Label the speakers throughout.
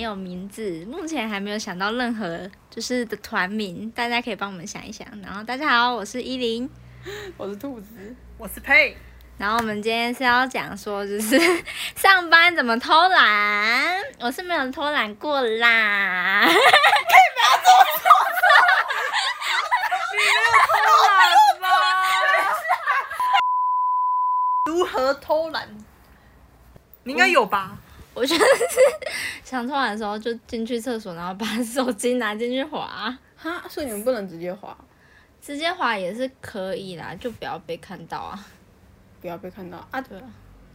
Speaker 1: 有名字，目前还没有想到任何就是的团名，大家可以帮我们想一想。然后大家好，我是依林，
Speaker 2: 我是兔子，
Speaker 3: 我是佩，
Speaker 1: 然后我们今天是要讲说，就是 上班怎么偷懒，我是没有偷懒过啦。
Speaker 2: 如何偷懒？
Speaker 3: 你应该有吧？
Speaker 1: 我就是想偷懒的时候就进去厕所，然后把手机拿进去滑，
Speaker 2: 哈，所以你们不能直接滑，
Speaker 1: 直接滑也是可以啦，就不要被看到啊。
Speaker 2: 不要被看到啊！
Speaker 1: 对啊，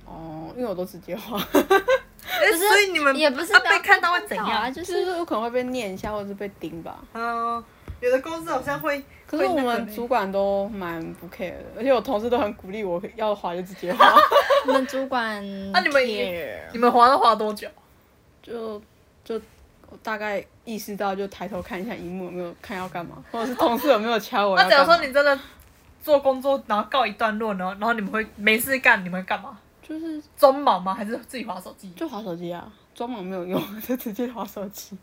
Speaker 2: 哦，因为我都直接 滑，嗯
Speaker 3: 哎，
Speaker 1: 不是
Speaker 3: 所以你们
Speaker 1: 也不是
Speaker 3: 啊
Speaker 1: 不要
Speaker 3: 被看到会怎
Speaker 1: 啊，
Speaker 3: 样？
Speaker 1: 就
Speaker 2: 就是
Speaker 1: 是
Speaker 2: 有可能会被念一下，或者是被盯吧。
Speaker 3: 嗯，有的公司好像会，
Speaker 2: 可是
Speaker 3: 会
Speaker 2: 我
Speaker 3: 那个
Speaker 2: 们
Speaker 3: 呢
Speaker 2: 主管都蛮不 care 的，而且我同事都很鼓励我要滑就直接滑，
Speaker 1: 我们主 管 care。
Speaker 3: 啊那你们你们滑都滑多久？
Speaker 2: 就就我大概意识到就抬头看一下荧幕有没有看要干嘛，或者是同事有哦没有敲我
Speaker 3: 那
Speaker 2: 要
Speaker 3: 啊假
Speaker 2: 干
Speaker 3: 如说
Speaker 2: 嘛。
Speaker 3: 你真的做工作，然后告一段落呢，然后你们会没事干，你们会干嘛？
Speaker 2: 就是
Speaker 3: 装忙吗？还是自己滑手机？
Speaker 2: 就滑手机啊，装忙没有用，就直接滑手机，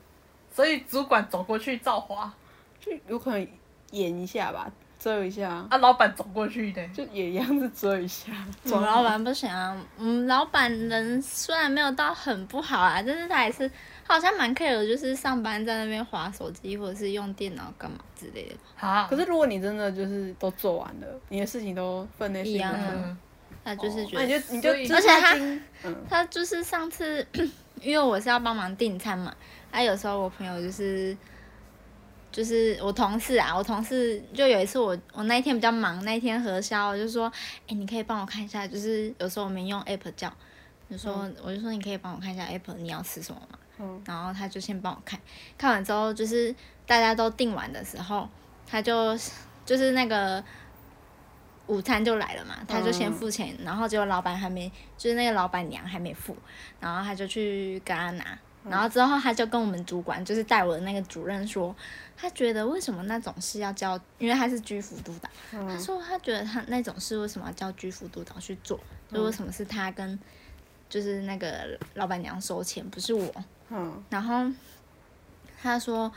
Speaker 3: 所以主管走过去照滑，
Speaker 2: 就有可能演一下吧，遮一下，
Speaker 3: 啊，老板走过去的，
Speaker 2: 就也一样是遮一下。
Speaker 3: 嗯
Speaker 1: 我们老板不行啊，我们老板人虽然没有到很不好啊，但是他也是他好像蛮 care 的，就是上班在那边划手机或者是用电脑干嘛之类的，
Speaker 3: 啊，
Speaker 2: 可是如果你真的就是都做完了，你的事情都分内事
Speaker 1: 一
Speaker 2: 情
Speaker 1: 样啊
Speaker 2: 都做完了，
Speaker 3: 嗯，
Speaker 1: 他就是觉
Speaker 2: 那
Speaker 3: 哦
Speaker 1: 得
Speaker 2: 你就你就
Speaker 3: 所以
Speaker 2: 知
Speaker 1: 而且他
Speaker 2: 经嗯，
Speaker 1: 他就是上次， 因为我是要帮忙订餐嘛，啊，有时候我朋友就是，就是我同事啊，我同事就有一次我我那一天比较忙，那一天核销，我就说，哎、你可以帮我看一下，就是有时候我们用 app 叫，就说、我就说你可以帮我看一下 app 你要吃什么嘛，
Speaker 2: 嗯
Speaker 1: 然后他就先帮我看，看完之后就是大家都订完的时候，他就就是那个午餐就来了嘛，他就先
Speaker 2: 嗯
Speaker 1: 付钱，然后结果老板还没，就是那个老板娘还没付，然后他就去跟他拿。
Speaker 2: 嗯
Speaker 1: 然后之后他就跟我们主管，就是带我的那个主任说，他觉得为什么那种事要叫，因为他是居服督导，他
Speaker 2: 嗯，
Speaker 1: 说他觉得他那种事为什么要叫居服督导去做，
Speaker 2: 嗯
Speaker 1: 就为什么是他跟就是那个老板娘收钱，不是我。
Speaker 2: 嗯，
Speaker 1: 然后他说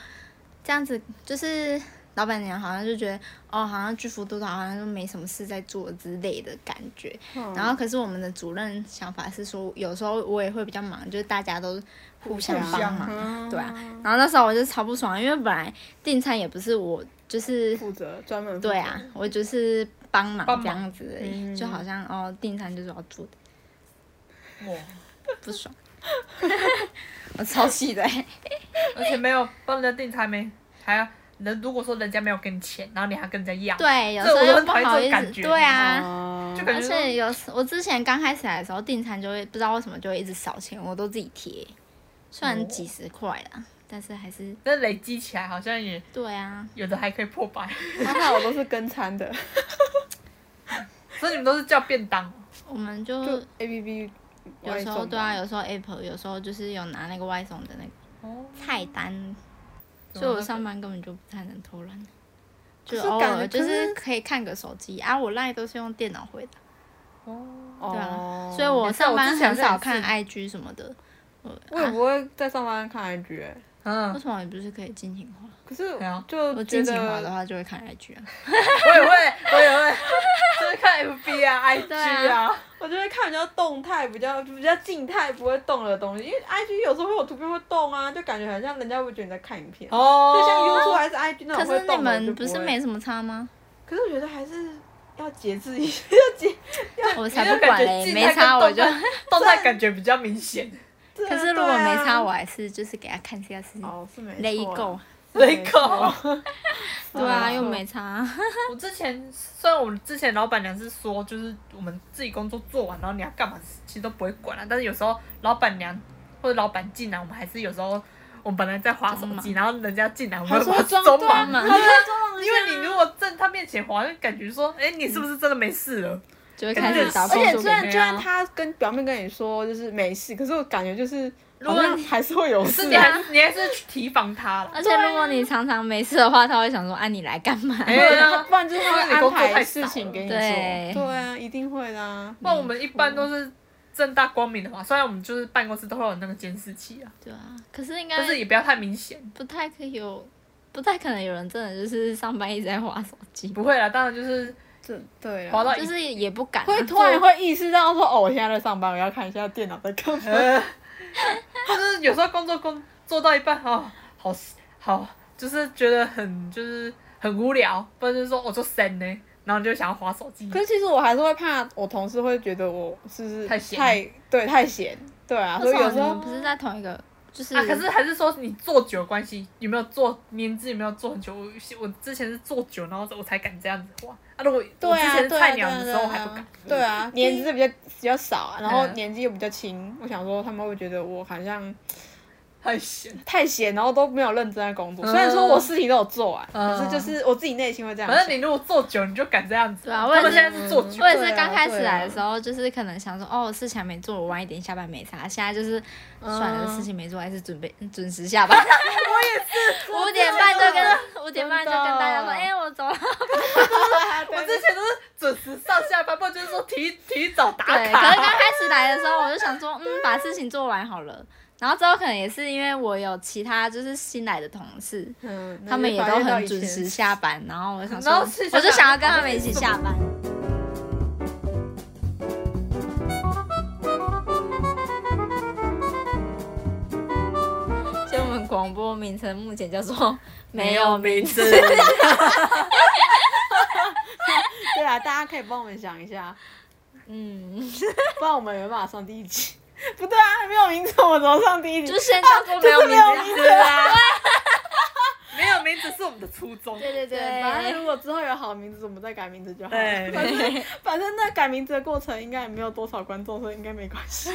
Speaker 1: 这样子就是老板娘好像就觉得哦，好像居服督导好像就没什么事在做之类的感觉。
Speaker 2: 嗯
Speaker 1: 然后可是我们的主任想法是说，有时候我也会比较忙，就是大家都互相
Speaker 2: 互
Speaker 1: 帮
Speaker 3: 相
Speaker 1: 忙，
Speaker 2: 嗯
Speaker 1: 对啊。然后那时候我就超不爽，因为本来订餐也不是我，就是
Speaker 2: 负责专门负责
Speaker 1: 对啊，，我就是帮忙
Speaker 3: 帮忙
Speaker 1: 这样子而已，
Speaker 2: 嗯
Speaker 1: 就好像哦订餐就是要做的，
Speaker 3: 哇，
Speaker 1: 不爽。 我超气的、欸，
Speaker 3: 而且没有帮人家订餐没，还要人如果说人家没有给你钱，然后你还跟人家要，
Speaker 1: 对，有时
Speaker 3: 这
Speaker 1: 候
Speaker 3: 我
Speaker 1: 又
Speaker 3: 很
Speaker 1: 不
Speaker 3: 讨厌
Speaker 1: 好
Speaker 3: 这种
Speaker 1: 意
Speaker 3: 感
Speaker 1: 思，
Speaker 3: 觉
Speaker 1: 对啊，
Speaker 2: 啊
Speaker 3: 就感
Speaker 1: 而且
Speaker 3: 觉说
Speaker 1: 有时我之前刚开始来的时候订餐就会不知道为什么就会一直少钱，我都自己贴，虽然
Speaker 3: 哦
Speaker 1: 几十块啦，但是还是
Speaker 3: 那累积起来好像也
Speaker 1: 对啊，
Speaker 3: 有的还可以破百，
Speaker 2: 他看我都是跟餐的，
Speaker 3: 所以你们都是叫便当哦，
Speaker 1: 我们就
Speaker 2: 就 A P
Speaker 1: 嗯
Speaker 2: P
Speaker 1: 有时候对啊，有时候 Apple，有时候就是有拿那个外送的那个
Speaker 3: 哦，
Speaker 1: 菜单，
Speaker 3: 怎么
Speaker 1: 所以我
Speaker 3: 那个
Speaker 1: 上班根本就不太能偷懒，
Speaker 2: 可
Speaker 1: 就是偶
Speaker 2: 感
Speaker 1: 尔就
Speaker 2: 觉可
Speaker 1: 是
Speaker 2: 是
Speaker 1: 可以看个手机啊，我赖都是用电脑回的，
Speaker 3: 哦，
Speaker 1: 对
Speaker 2: 哦
Speaker 1: 啊，，所以我
Speaker 3: 像
Speaker 1: 上
Speaker 3: 我
Speaker 1: 班
Speaker 3: 之前
Speaker 1: 很
Speaker 3: 好像
Speaker 1: 少
Speaker 3: 也
Speaker 1: 看
Speaker 3: 是
Speaker 1: IG 什么的，啊
Speaker 2: 我也不会在上班看 I G 哎，
Speaker 3: 嗯
Speaker 1: 为，什么你不是可以尽情滑？
Speaker 2: 可是
Speaker 3: 对啊
Speaker 1: 我
Speaker 2: 就觉
Speaker 1: 尽情滑的
Speaker 2: 得啊
Speaker 1: 话就会看 IG 啊。
Speaker 3: 我也会，我也会，就是看 FB 啊、IG
Speaker 1: 对
Speaker 3: 啊，
Speaker 2: 我就会看比较动态，比较比较静态不会动的东西，因为 I G 有时候会有图片会动啊，就感觉好像人家会觉得你在看影片，
Speaker 3: 哦，
Speaker 2: 就像 YouTube 还是 I G 那
Speaker 1: 可
Speaker 2: 种
Speaker 1: 是
Speaker 2: 会
Speaker 1: 你
Speaker 2: 动的
Speaker 1: 们
Speaker 2: 就
Speaker 1: 不是
Speaker 2: 会
Speaker 1: 没什么差 吗？
Speaker 2: 可是我觉得还是要节制一下，
Speaker 1: 我
Speaker 3: 你
Speaker 1: 才
Speaker 3: 就
Speaker 1: 不管
Speaker 3: 感
Speaker 1: 嘞，
Speaker 3: 觉
Speaker 1: 没差我就。
Speaker 3: 动态感觉比较明显，
Speaker 2: 对啊
Speaker 1: 可是如果没差，
Speaker 2: 对啊
Speaker 1: 我还是就是给他看一下是
Speaker 2: 哦是没错啊
Speaker 1: 勒够，
Speaker 3: 雷哦够。
Speaker 1: 对啊，
Speaker 2: 嗯
Speaker 1: 又没差。
Speaker 3: 我之前虽然我们之前老板娘是说，就是我们自己工作做完，然后你要干嘛，其实都不会管啊。但是有时候老板娘或者老板进来，我们还是有时候我们本来在划手
Speaker 1: 装
Speaker 3: 机，
Speaker 1: 忙
Speaker 3: 然后人家进来，我
Speaker 2: 他
Speaker 3: 们
Speaker 2: 说
Speaker 3: 划
Speaker 2: 装
Speaker 3: 中
Speaker 2: 对啊
Speaker 3: 嘛。
Speaker 2: 他说装忙
Speaker 3: 因为你如果在他面前划，就感觉说，哎、你是不是真的没事了？
Speaker 1: 就会开始打
Speaker 2: 而
Speaker 1: 分
Speaker 2: 且
Speaker 1: 数
Speaker 2: 虽
Speaker 1: 给
Speaker 2: 然
Speaker 1: 你
Speaker 2: 就
Speaker 3: 对啊
Speaker 2: 算他跟表面跟你说就是没事，可是我感觉就是
Speaker 3: 如
Speaker 2: 好
Speaker 3: 果
Speaker 2: 像还是会啊有事
Speaker 3: 是啊你。还你还是去提防他了。
Speaker 1: 而
Speaker 2: 啊
Speaker 1: 且如果你常常没事的话，他会想说：“啊，你来干 嘛？”
Speaker 3: 哎
Speaker 2: 对啊，不然就是他会
Speaker 3: 因为你
Speaker 2: 安
Speaker 3: 工作太少了
Speaker 2: 排事情给你做。
Speaker 1: 对
Speaker 2: 对啊，一定会的啊。
Speaker 3: 那我们一般都是正大光明的嘛。虽然我们就是办公室都会有那个监视器啊，
Speaker 1: 对啊，可是应该
Speaker 3: 但是也不要太明显。
Speaker 1: 不太可以有，不太可能有人真的就是上班一直在划手机，
Speaker 3: 不会啦，当然就是
Speaker 2: 这对
Speaker 3: 滑
Speaker 2: 啊，
Speaker 3: 到一
Speaker 1: 就是也不敢啊、
Speaker 2: 会突然会意识到说，哦，我现在在上班，我要看一下电脑在干 嘛。
Speaker 3: 呃，或者是有时候工作工做到一半，哦，好好，就是觉得很就是很无聊，不然就是说我做神呢，然后就想要划手机
Speaker 2: 可。是其实我还是会怕，我同事会觉得我是不是
Speaker 3: 太闲
Speaker 2: 太对太闲，对啊，所以有
Speaker 1: 为什
Speaker 2: 时
Speaker 1: 么你
Speaker 2: 候
Speaker 1: 们不是在同一个，就是、
Speaker 3: 啊，可是还是说你做久的关系，有没有做年资有没有做很久？我我之前是做久，然后我才敢这样子画。啊，如果
Speaker 2: 对
Speaker 3: 我之
Speaker 2: 啊
Speaker 3: 前是
Speaker 2: 对
Speaker 3: 菜
Speaker 2: 啊
Speaker 3: 鸟的时候还不敢。
Speaker 2: 对啊，年资比较比较少啊，然后
Speaker 3: 嗯
Speaker 2: 年纪又比较轻，我想说他们会觉得我好像
Speaker 3: 太闲。
Speaker 2: 太闲，然后都没有认真在工作。
Speaker 3: 嗯
Speaker 2: 虽然说我事情都有做完，
Speaker 3: 嗯
Speaker 2: 可是就是我自己内心会这样
Speaker 3: 反
Speaker 2: 想。
Speaker 3: 正你如果做久，你就敢这样子。
Speaker 1: 对啊我也
Speaker 3: 他们
Speaker 1: 是
Speaker 3: 现在是做久
Speaker 1: 我，也
Speaker 2: 对
Speaker 1: 是
Speaker 2: 啊
Speaker 1: 刚开始
Speaker 2: 对啊
Speaker 1: 来的时候，就是可能想说，哦，事情还没做，我晚一点下班没啥。现在就是算了，
Speaker 2: 嗯
Speaker 1: 事情没做，还是准备准时下班。 我也是，五点半就跟五点半就跟大家说，
Speaker 2: 真的
Speaker 1: 哎、我走了。
Speaker 3: 我之前都是准时上下班，不然就是说提提早打
Speaker 1: 对，可是刚
Speaker 3: 卡。
Speaker 1: 开始来的时候，我就想说，嗯，把事情做完好了。然后之后可能也是因为我有其他就是新来的同事，
Speaker 2: 嗯，那
Speaker 1: 他们
Speaker 2: 就
Speaker 1: 也
Speaker 2: 发
Speaker 1: 都
Speaker 2: 现到
Speaker 1: 很
Speaker 2: 以前
Speaker 1: 准 时下班，然后我想说
Speaker 3: 然后是，
Speaker 1: 我就
Speaker 3: 想
Speaker 1: 想要
Speaker 3: 想
Speaker 1: 跟他们一起下班。所以我们广播名称目前叫做没有名字，
Speaker 2: 对啊，大家可以帮我们想一下，
Speaker 1: 嗯，
Speaker 2: 不然我们没办法上第一集。 不对啊，没有名字，我怎么上第一集？
Speaker 1: 就先叫做没有名字。
Speaker 3: 字啊，没有名字是我们的初衷。
Speaker 1: 对对
Speaker 2: 对，反正
Speaker 1: 对，
Speaker 2: 如果之后有好名字，我们再改名字就好了。
Speaker 3: 对
Speaker 2: 反正反正那改名字的过程应该也没有多少观众，所以应该没关 系。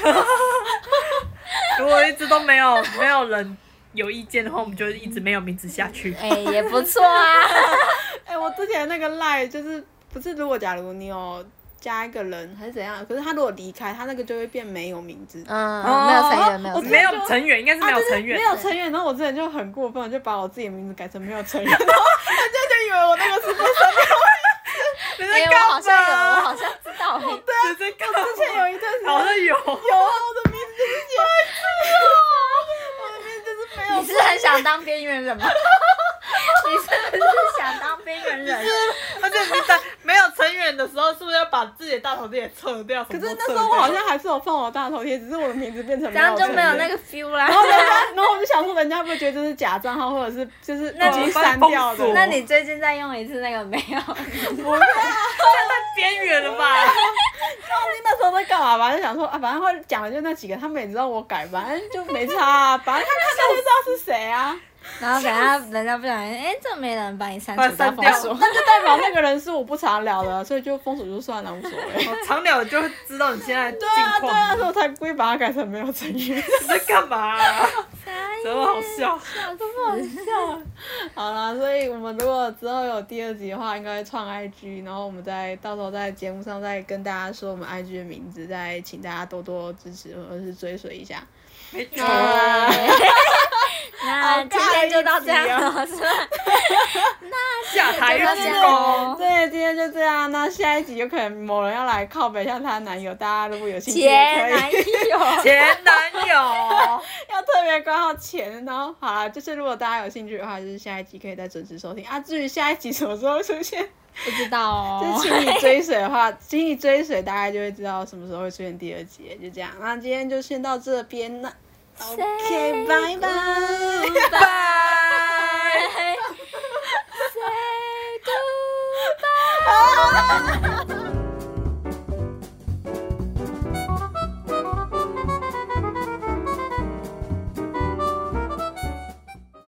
Speaker 3: 如果一直都没有没有人有意见的话，我们就一直没有名字下去。
Speaker 1: 哎，也不错啊。
Speaker 2: 哎、我之前那个赖就是不是，如果假如你有加一个人还是怎样，可是他如果离开，他那个就会变没有名字。
Speaker 1: 嗯，没有成员，没有
Speaker 2: 我
Speaker 1: 成员
Speaker 3: 没有成员，应该是没
Speaker 2: 啊
Speaker 3: 有
Speaker 2: 就是
Speaker 3: 成员。
Speaker 2: 没有成员。然后我之前就很过分，我就把我自己的名字改成没有成员，然后 人家就以为我那个是不是。
Speaker 3: 你
Speaker 1: 哎，
Speaker 3: 在
Speaker 1: 我好
Speaker 3: 干
Speaker 1: 像有，我
Speaker 3: 嘛？
Speaker 1: 好像知道。哎
Speaker 3: 对，在干嘛？
Speaker 2: 之前有一阵子
Speaker 3: 好像有。
Speaker 2: 有啊，我的名字就是写，啊我的名字就是没有
Speaker 1: 你是很想当边缘人吗？ 你是不是想当边缘人？
Speaker 3: 而且你在没有成员的时候，是不是要把自己的大头贴也撤掉？可
Speaker 2: 可是那时候我好像还是有放我大头贴，只是我的名字变成
Speaker 1: 这样就没有
Speaker 2: 成
Speaker 1: 那
Speaker 2: 员
Speaker 1: 个 feel 啦。
Speaker 2: 然后人家，然后我就想说，人家会不会觉得这是假账号，或者是就是
Speaker 1: 那
Speaker 2: 已
Speaker 1: 你
Speaker 2: 经删掉的？
Speaker 1: 那你最近再用一次那个没有？
Speaker 3: 太边缘了吧？
Speaker 2: 啊那时候在干嘛吧？就想说啊，反正会讲的就那几个，他们也知道我改，反正就没差、啊，反正他看到就知道是谁 啊。
Speaker 1: 然后等下人家不小心，哎，这没人把你删
Speaker 3: 把
Speaker 1: 除
Speaker 3: 它
Speaker 1: 再
Speaker 3: 删
Speaker 1: 封
Speaker 3: 掉
Speaker 1: 锁。
Speaker 2: 那就代表那个人是我不常聊的，所以就封锁就算了，无所谓。
Speaker 3: 我哦长了就会知道你现在 的
Speaker 2: 对啊，
Speaker 3: 近
Speaker 2: 对啊，
Speaker 3: 况。
Speaker 2: 所以我才故意把它改成没有成员。
Speaker 3: 你在干嘛啊？怎么好笑？
Speaker 2: 好啦，所以我们如果之后有第二集的话，应该会创 IG，然后我们再到时候在节目上再跟大家说我们 IG 的名字，再请大家多多支持或者是追随一下。
Speaker 3: 没错。
Speaker 2: 啊
Speaker 1: 哎那
Speaker 2: 好
Speaker 1: 今天就到这样
Speaker 2: 尬
Speaker 1: 了，是吧？
Speaker 3: 下台
Speaker 1: 就到这
Speaker 3: 鞠
Speaker 1: 样
Speaker 3: 躬。
Speaker 1: 咯。
Speaker 2: 对，今天就这样。那下一集有可能某人要来靠北一下她男友，大家如果有兴趣也
Speaker 1: 前
Speaker 2: 可
Speaker 1: 男
Speaker 2: 以
Speaker 1: 友，
Speaker 3: 前男友，
Speaker 2: 要特别关好钱。然后好啦，就是如果大家有兴趣的话，就是下一集可以再准时收听啊。至于下一集什么时候会出现，
Speaker 1: 不知道
Speaker 2: 就是
Speaker 1: 哦。
Speaker 2: 请你追随的话，请你追随，大概就会知道什么时候会出现第二集。就这样，那今天就先到这边了。OK，拜拜。
Speaker 1: 嗯拜。